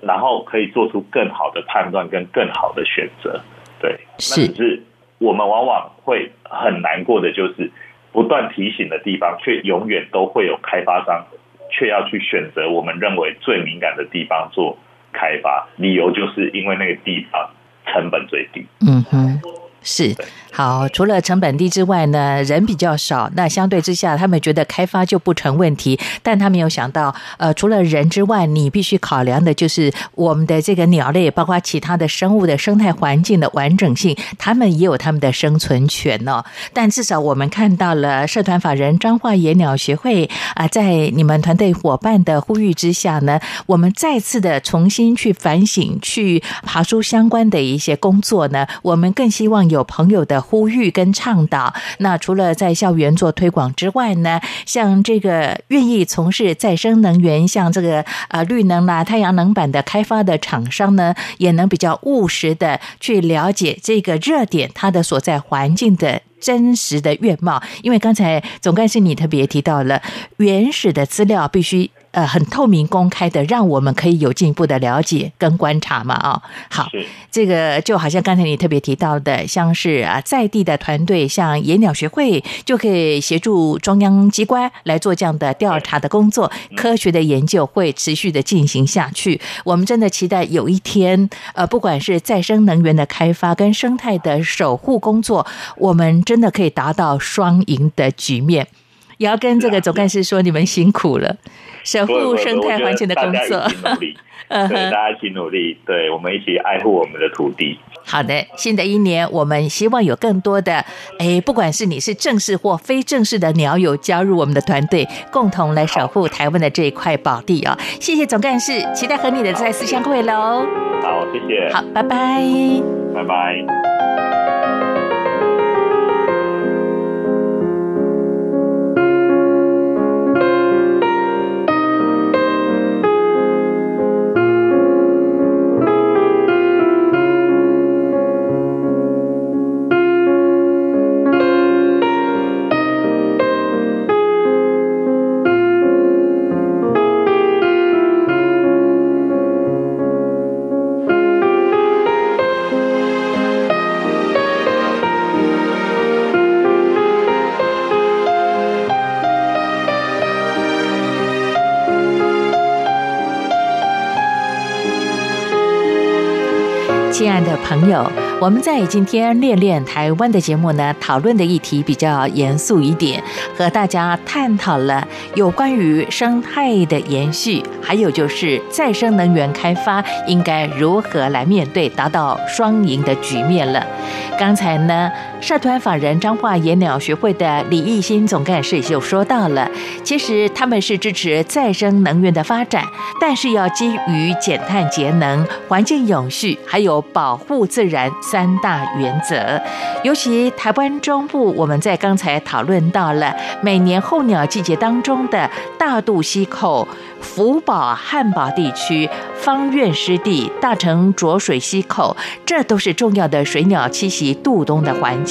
S8: 然后可以做出更好的判断跟更好的选择。对，
S6: 是
S8: 那只是我们往往会很难过的，就是不断提醒的地方，却永远都会有开发商却要去选择我们认为最敏感的地方做开发，理由就是因为那个地方成本最低。
S6: 嗯哼。是好，除了成本低之外呢，人比较少，那相对之下，他们觉得开发就不成问题。但他没有想到，呃，除了人之外，你必须考量的就是我们的这个鸟类，包括其他的生物的生态环境的完整性，他们也有他们的生存权哦。但至少我们看到了社团法人彰化野鸟学会啊、呃，在你们团队伙伴的呼吁之下呢，我们再次的重新去反省，去爬出相关的一些工作呢，我们更希望。有朋友的呼吁跟倡导，那除了在校园做推广之外呢，像这个愿意从事再生能源，像这个呃绿能啦、太阳能板的开发的厂商呢，也能比较务实的去了解这个热点它的所在环境的。真实的面貌，因为刚才总干事你特别提到了，原始的资料必须呃很透明公开的，让我们可以有进一步的了解跟观察嘛啊、好，
S8: 是
S6: 这个就好像刚才你特别提到的，像是啊在地的团队，像野鸟学会就可以协助中央机关来做这样的调查的工作，嗯科学的研究会持续的进行下去。我们真的期待有一天，呃，不管是再生能源的开发跟生态的守护工作，我们真的可以达到双赢的局面。也要跟这
S8: 是
S6: 个
S8: 啊
S6: 总干事说，你们辛苦了，守
S8: 不会不
S6: 护
S8: 会
S6: 生态
S8: 我觉得
S6: 环境的工
S8: 大家
S6: 作
S8: 一起。努力，
S6: 嗯
S8: 对，
S6: 哼
S8: 大家一起
S6: [LAUGHS]
S8: 努力，对我们一起爱护我们的土地。
S6: 好的，新的一年我们希望有更多的，哎，不管是你是正式或非正式的鸟友加入我们的团队，共同来守护台湾的这一块宝地哦。谢谢总干事，期待和你的再次相会喽。
S8: 好，谢谢，
S6: 好，拜拜。
S8: 拜拜。
S6: 亲爱的朋友，我们在今天《恋恋台湾》的节目呢，讨论的议题比较严肃一点，和大家探讨了有关于生态的延续，还有就是再生能源开发应该如何来面对，达到双赢的局面了。刚才呢，社团法人彰化野鸟学会的李义新总干事就说到了，其实他们是支持再生能源的发展，但是要基于减碳节能、环境永续，还有保护自然三大原则。尤其台湾中部，我们在刚才讨论到了每年候鸟季节当中的大肚溪口、福宝、汉堡地区、方院湿地、大城浊水溪口，这都是重要的水鸟栖息渡冬的环境。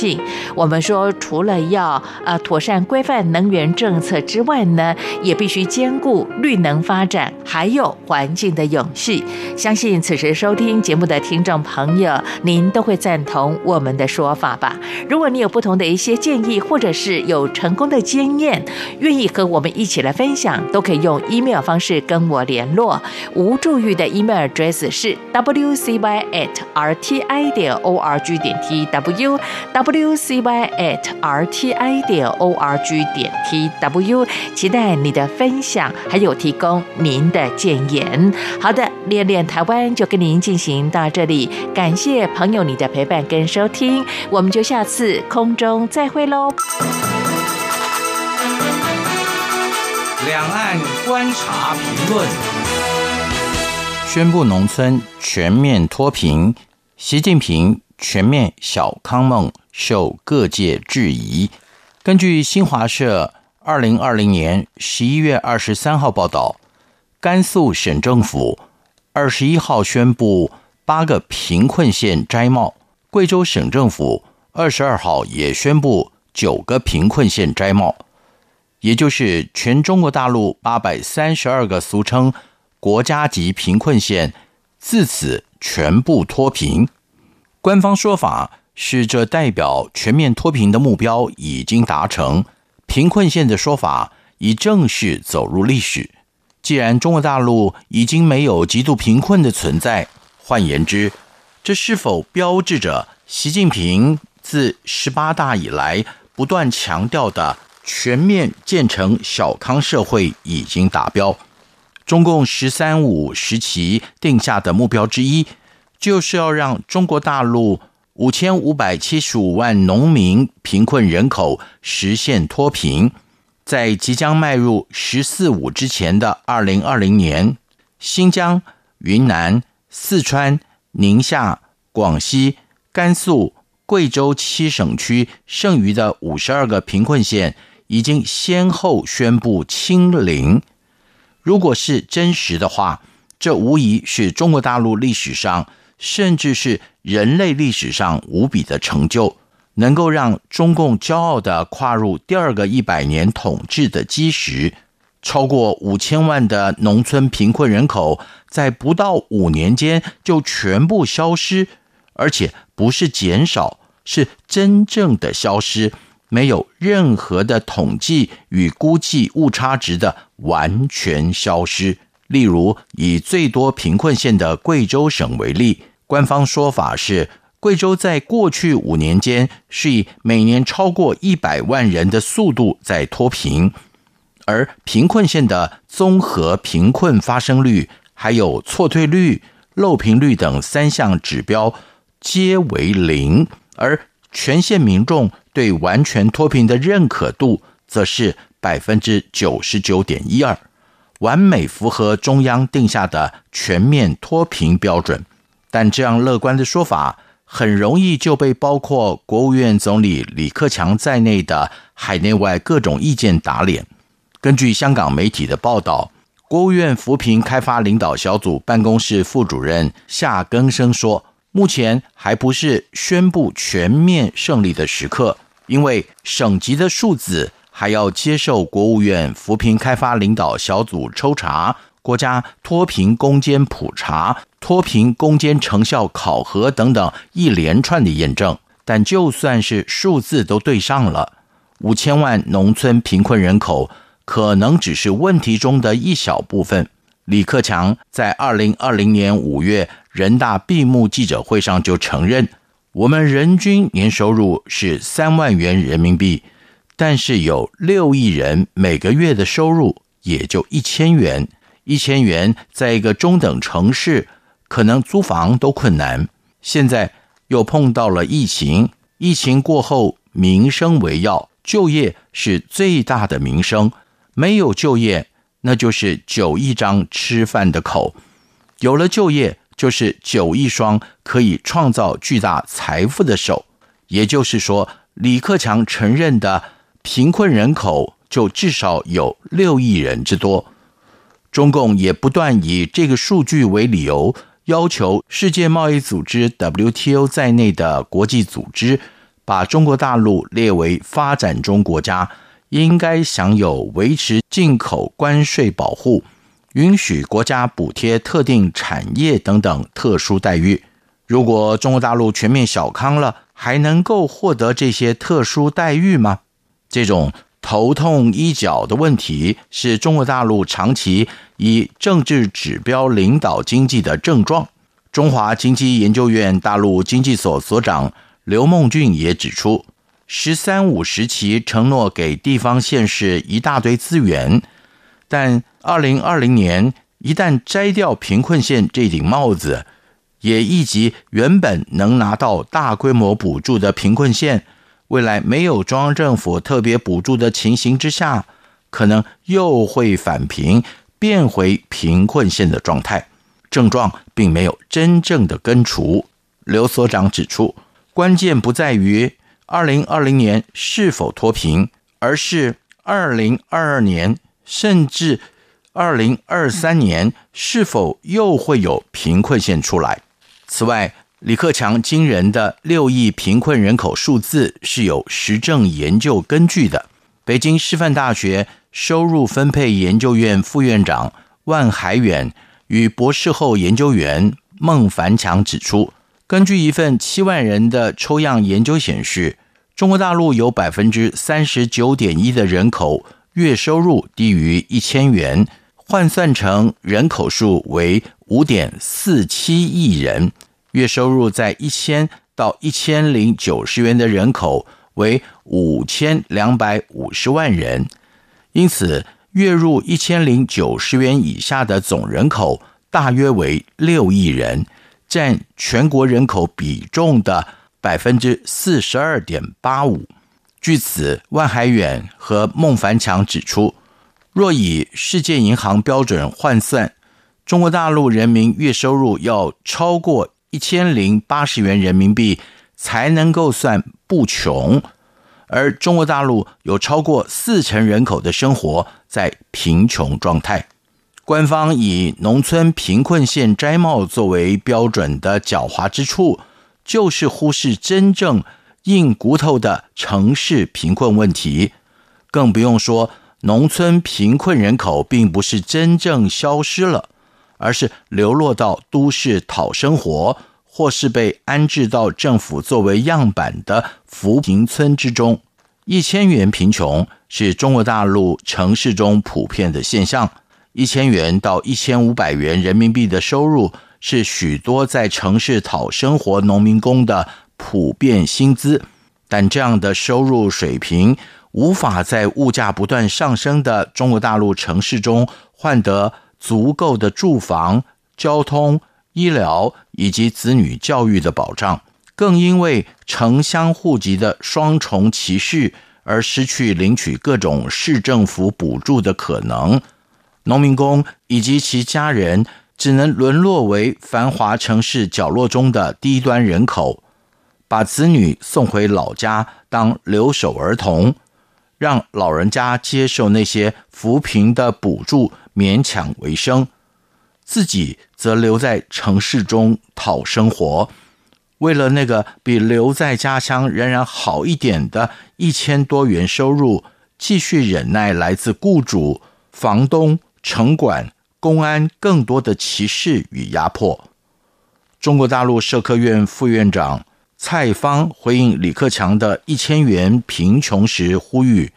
S6: 我们说，除了要呃妥善规范能源政策之外呢，也必须兼顾绿能发展，还有环境的永续。相信此时收听节目的听众朋友，您都会赞同我们的说法吧？如果你有不同的一些建议，或者是有成功的经验，愿意和我们一起来分享，都可以用 email 方式跟我联络。吴祝玉的 email address 是 wcy at rti 点 org 点 tw wcy at rti 点 org 点 tw，期待你的分享，还有提供您的建言。好的，恋恋台湾就跟您进行到这里，感谢朋友你的陪伴跟收听，我们就下次空中再会喽。
S3: 两岸观察评论。
S9: 宣布农村全面脱贫，习近平全面小康梦受各界质疑。根据新华社二零二零年十一月二十三号报道，甘肃省政府二十一号宣布八个贫困县摘帽，贵州省政府二十二号也宣布九个贫困县摘帽。也就是全中国大陆八百三十二个俗称国家级贫困县，自此全部脱贫。官方说法是，这代表全面脱贫的目标已经达成，贫困县的说法已正式走入历史。既然中国大陆已经没有极度贫困的存在，换言之，这是否标志着习近平自十八大以来不断强调的全面建成小康社会已经达标？中共“十三五”时期定下的目标之一，就是要让中国大陆五千五百七十五万农民贫困人口实现脱贫。在即将迈入“十四五”之前的二零二零年，新疆、云南、四川、宁夏、广西、甘肃、贵州七省区剩余的五十二个贫困县，已经先后宣布清零。如果是真实的话，这无疑是中国大陆历史上，甚至是人类历史上无比的成就，能够让中共骄傲地跨入第二个一百年统治的基石。超过五千万的农村贫困人口，在不到五年间就全部消失，而且不是减少，是真正的消失，没有任何的统计与估计误差值的完全消失。例如，以最多贫困县的贵州省为例，官方说法是。贵州在过去五年间是以每年超过一百万人的速度在脱贫，而贫困县的综合贫困发生率、还有错退率、漏贫率等三项指标皆为零，而全县民众对完全脱贫的认可度则是百分之九十九点一二，完美符合中央定下的全面脱贫标准。但这样乐观的说法。很容易就被包括国务院总理李克强在内的海内外各种意见打脸。根据香港媒体的报道，国务院扶贫开发领导小组办公室副主任夏更生说，目前还不是宣布全面胜利的时刻，因为省级的数字还要接受国务院扶贫开发领导小组抽查。国家脱贫攻坚普查、脱贫攻坚成效考核等等一连串的验证，但就算是数字都对上了，五千万农村贫困人口可能只是问题中的一小部分。李克强在二零二零年五月人大闭幕记者会上就承认，我们人均年收入是三万元人民币，但是有六亿人每个月的收入也就一千元。一千元，在一个中等城市，可能租房都困难。现在又碰到了疫情，疫情过后，民生为要，就业是最大的民生。没有就业，那就是九亿张吃饭的口；有了就业，就是九亿双可以创造巨大财富的手。也就是说，李克强承认的贫困人口就至少有六亿人之多。中共也不断以这个数据为理由，要求世界贸易组织 （WTO） 在内的国际组织把中国大陆列为发展中国家，应该享有维持进口关税保护、允许国家补贴特定产业等等特殊待遇。如果中国大陆全面小康了，还能够获得这些特殊待遇吗？这种。头痛医脚的问题是中国大陆长期以政治指标领导经济的症状。中华经济研究院大陆经济所所长刘梦俊也指出，“十三五”时期承诺给地方县市一大堆资源，但二零二零年一旦摘掉贫困县这顶帽子，也以及原本能拿到大规模补助的贫困县。未来没有中央政府特别补助的情形之下，可能又会返贫，变回贫困县的状态，症状并没有真正的根除。刘所长指出，关键不在于二零二零年是否脱贫，而是二零二二年甚至二零二三年是否又会有贫困县出来。此外，李克强惊人的六亿贫困人口数字是有实证研究根据的。北京师范大学收入分配研究院副院长万海远与博士后研究员孟凡强指出，根据一份七万人的抽样研究显示，中国大陆有百分之三十九点一的人口月收入低于一千元，换算成人口数为五点四七亿人。月收入在一千到一千零九十元的人口为五千两百五十万人，因此月入一千零九十元以下的总人口大约为六亿人，占全国人口比重的百分之四十二点八五。据此，万海远和孟凡强指出，若以世界银行标准换算，中国大陆人民月收入要超过。一千零八十元人民币才能够算不穷，而中国大陆有超过四成人口的生活在贫穷状态。官方以农村贫困县摘帽作为标准的狡猾之处，就是忽视真正硬骨头的城市贫困问题，更不用说农村贫困人口并不是真正消失了，而是流落到都市讨生活，或是被安置到政府作为样板的扶贫村之中。一千元贫穷是中国大陆城市中普遍的现象。一千元到一千五百元人民币的收入是许多在城市讨生活农民工的普遍薪资，但这样的收入水平无法在物价不断上升的中国大陆城市中换得足够的住房、交通、医疗以及子女教育的保障，更因为城乡户籍的双重歧视而失去领取各种市政府补助的可能。农民工以及其家人只能沦落为繁华城市角落中的低端人口，把子女送回老家当留守儿童，让老人家接受那些扶贫的补助，勉强为生，自己则留在城市中讨生活。为了那个比留在家乡仍然好一点的一千多元收入，继续忍耐来自雇主、房东。城管、公安更多的歧视与压迫。中国大陆社科院副院长蔡芳回应李克强的一千元贫穷时呼吁：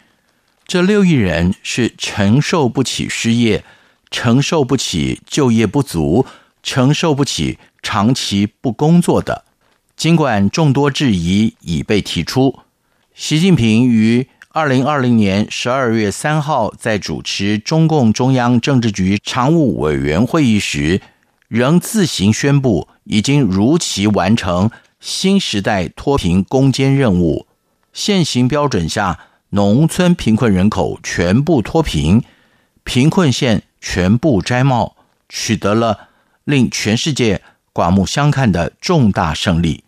S9: 这六亿人是承受不起失业、承受不起就业不足、承受不起长期不工作的。尽管众多质疑已被提出，习近平于。二零二零年十二月三号，在主持中共中央政治局常务委员会议时，仍自行宣布已经如期完成新时代脱贫攻坚任务。现行标准下，农村贫困人口全部脱贫，贫困县全部摘帽，取得了令全世界刮目相看的重大胜利。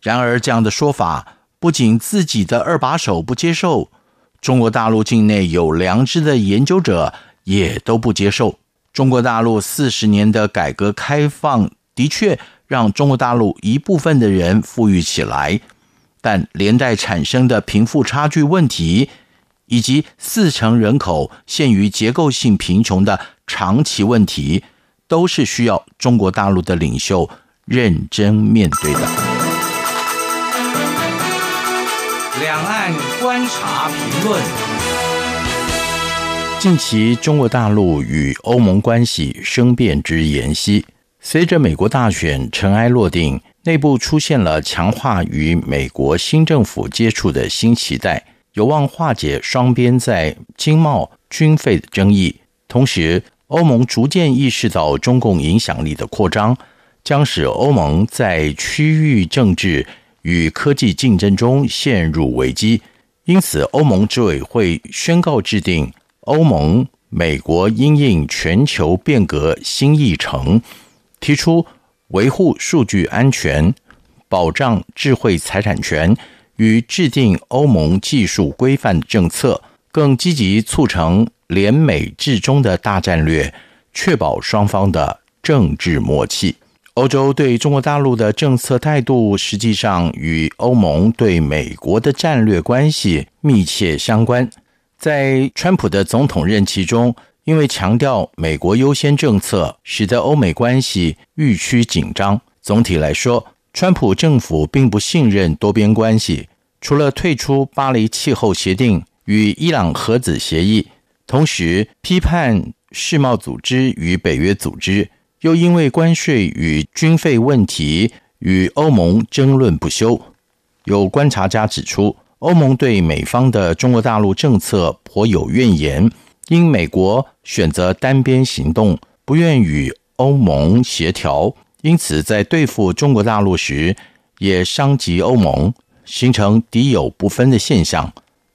S9: 然而，这样的说法不仅自己的二把手不接受。中国大陆境内有良知的研究者也都不接受。中国大陆四十年的改革开放的确让中国大陆一部分的人富裕起来，但连带产生的贫富差距问题，以及四成人口陷于结构性贫穷的长期问题，都是需要中国大陆的领袖认真面对的。
S3: 两岸观察评论。
S9: 近期，中国大陆与欧盟关系生变之延息，随着美国大选尘埃落定，内部出现了强化与美国新政府接触的新期待，有望化解双边在经贸、军费的争议。同时，欧盟逐渐意识到中共影响力的扩张，将使欧盟在区域政治。与科技竞争中陷入危机，因此欧盟执委会宣告制定《欧盟美国因应全球变革新议程》，提出维护数据安全、保障智慧财产权与制定欧盟技术规范政策，更积极促成联美制中的大战略，确保双方的政治默契。欧洲对中国大陆的政策态度，实际上与欧盟对美国的战略关系密切相关。在川普的总统任期中，因为强调美国优先政策，使得欧美关系愈趋紧张。总体来说，川普政府并不信任多边关系，除了退出巴黎气候协定与伊朗核子协议，同时批判世贸组织与北约组织。又因为关税与军费问题与欧盟争论不休。有观察家指出，欧盟对美方的中国大陆政策颇有怨言，因美国选择单边行动，不愿与欧盟协调，因此在对付中国大陆时也伤及欧盟，形成敌友不分的现象。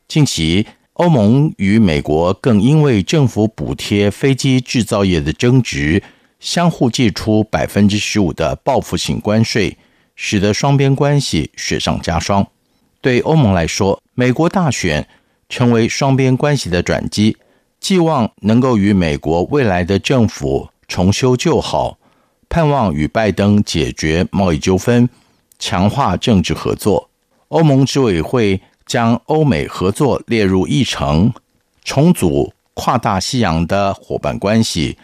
S9: 近期，欧盟与美国更因为政府补贴飞机制造业的争执。相互寄出百分之十五的报复性关税，使得双边关系雪上加霜。对欧盟来说，美国大选成为双边关系的转机，寄望能够与美国未来的政府重修旧好，盼望与拜登解决贸易纠纷，强化政治合作。欧盟执委会将欧美合作列入议程，重组跨大西洋的伙伴关系，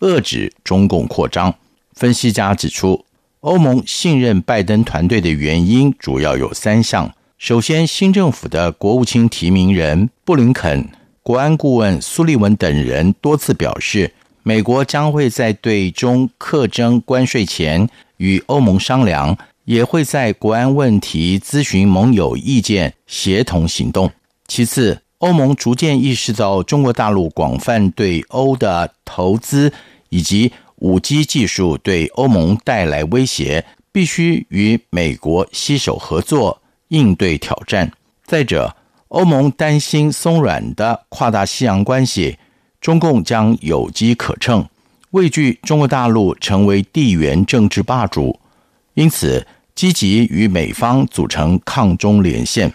S9: 遏止中共扩张。分析家指出，欧盟信任拜登团队的原因主要有三项：首先，新政府的国务卿提名人布林肯、国安顾问苏利文等人多次表示，美国将会在对中课征关税前与欧盟商量，也会在国安问题咨询盟友意见，协同行动。其次，欧盟逐渐意识到中国大陆广泛对欧的投资以及五 G 技术对欧盟带来威胁，必须与美国携手合作应对挑战。再者，欧盟担心松软的跨大西洋关系，中共将有机可乘，畏惧中国大陆成为地缘政治霸主，因此积极与美方组成抗中连线。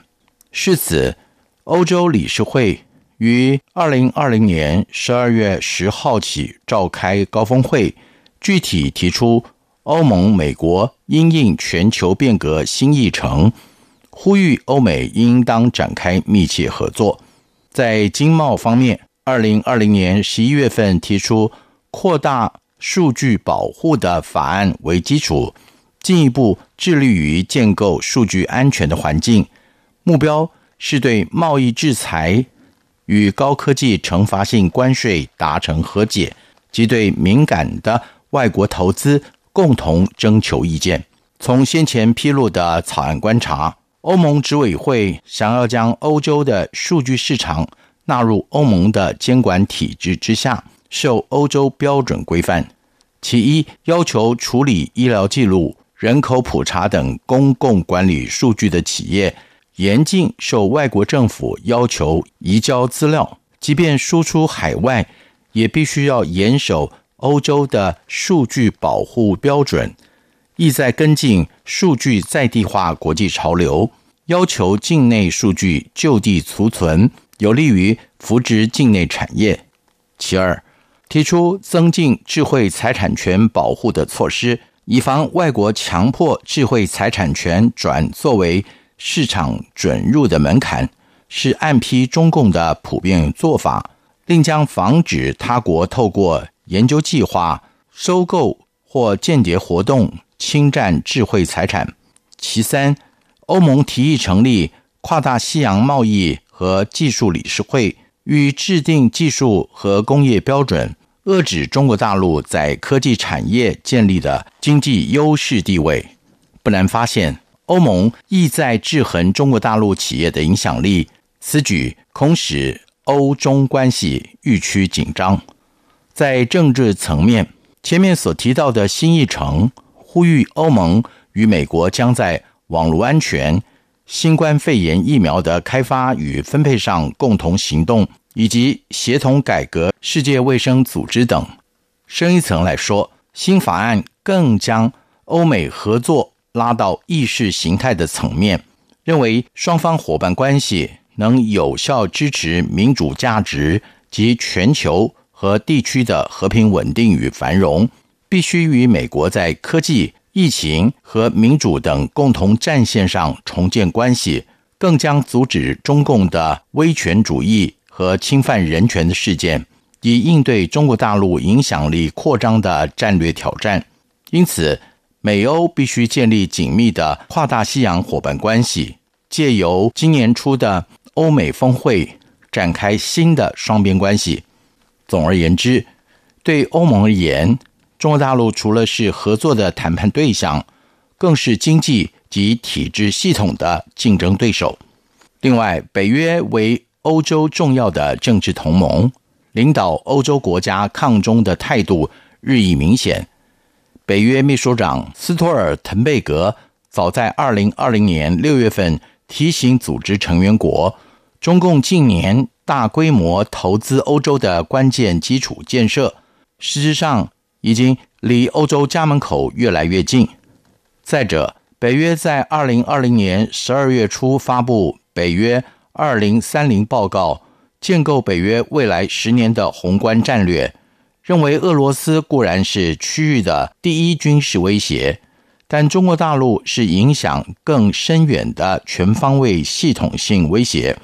S9: 是此。欧洲理事会于二零二零年十二月十号起召开高峰会，具体提出欧盟、美国因应全球变革新议程，呼吁欧美应当展开密切合作。在经贸方面，二零二零年十一月份提出扩大数据保护的法案为基础，进一步致力于建构数据安全的环境，目标。是对贸易制裁与高科技惩罚性关税达成和解，及对敏感的外国投资共同征求意见。从先前披露的草案观察，欧盟执委会想要将欧洲的数据市场纳入欧盟的监管体制之下，受欧洲标准规范。其一，要求处理医疗记录、人口普查等公共管理数据的企业。严禁受外国政府要求移交资料，即便输出海外，也必须要严守欧洲的数据保护标准，意在跟进数据在地化国际潮流，要求境内数据就地储存，有利于扶植境内产业。其二，提出增进智慧财产权保护的措施，以防外国强迫智慧财产权转作为。市场准入的门槛是暗批中共的普遍做法，另将防止他国透过研究计划、收购或间谍活动侵占智慧财产。其三，欧盟提议成立跨大西洋贸易和技术理事会，与制定技术和工业标准，遏止中国大陆在科技产业建立的经济优势地位。不难发现。欧盟意在制衡中国大陆企业的影响力，此举恐使欧中关系愈趋紧张。在政治层面，前面所提到的新议程呼吁欧盟与美国将在网络安全、新冠肺炎疫苗的开发与分配上共同行动，以及协同改革世界卫生组织等。深一层来说，新法案更将欧美合作。拉到意识形态的层面，认为双方伙伴关系能有效支持民主价值及全球和地区的和平稳定与繁荣，必须与美国在科技、疫情和民主等共同战线上重建关系，更将阻止中共的威权主义和侵犯人权的事件，以应对中国大陆影响力扩张的战略挑战。因此。美欧必须建立紧密的跨大西洋伙伴关系，借由今年初的欧美峰会展开新的双边关系。总而言之，对欧盟而言，中国大陆除了是合作的谈判对象，更是经济及体制系统的竞争对手。另外，北约为欧洲重要的政治同盟，领导欧洲国家抗中的态度日益明显。北约秘书长斯托尔滕贝格早在2020年6月份提醒组织成员国，中共近年大规模投资欧洲的关键基础建设，实质上已经离欧洲家门口越来越近。再者，北约在2020年12月初发布《北约2030报告》，建构北约未来十年的宏观战略。认为俄罗斯固然是区域的第一军事威胁，但中国大陆是影响更深远的全方位系统性威胁。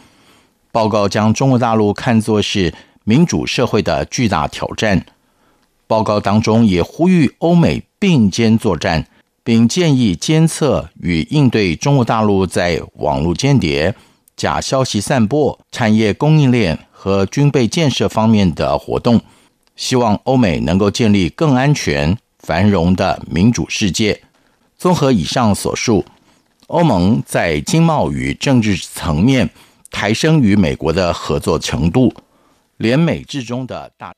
S9: 报告将中国大陆看作是民主社会的巨大挑战。报告当中也呼吁欧美并肩作战，并建议监测与应对中国大陆在网络间谍、假消息散播、产业供应链和军备建设方面的活动，希望欧美能够建立更安全、繁荣的民主世界。综合以上所述，欧盟在经贸与政治层面抬升与美国的合作程度，联美至中的大。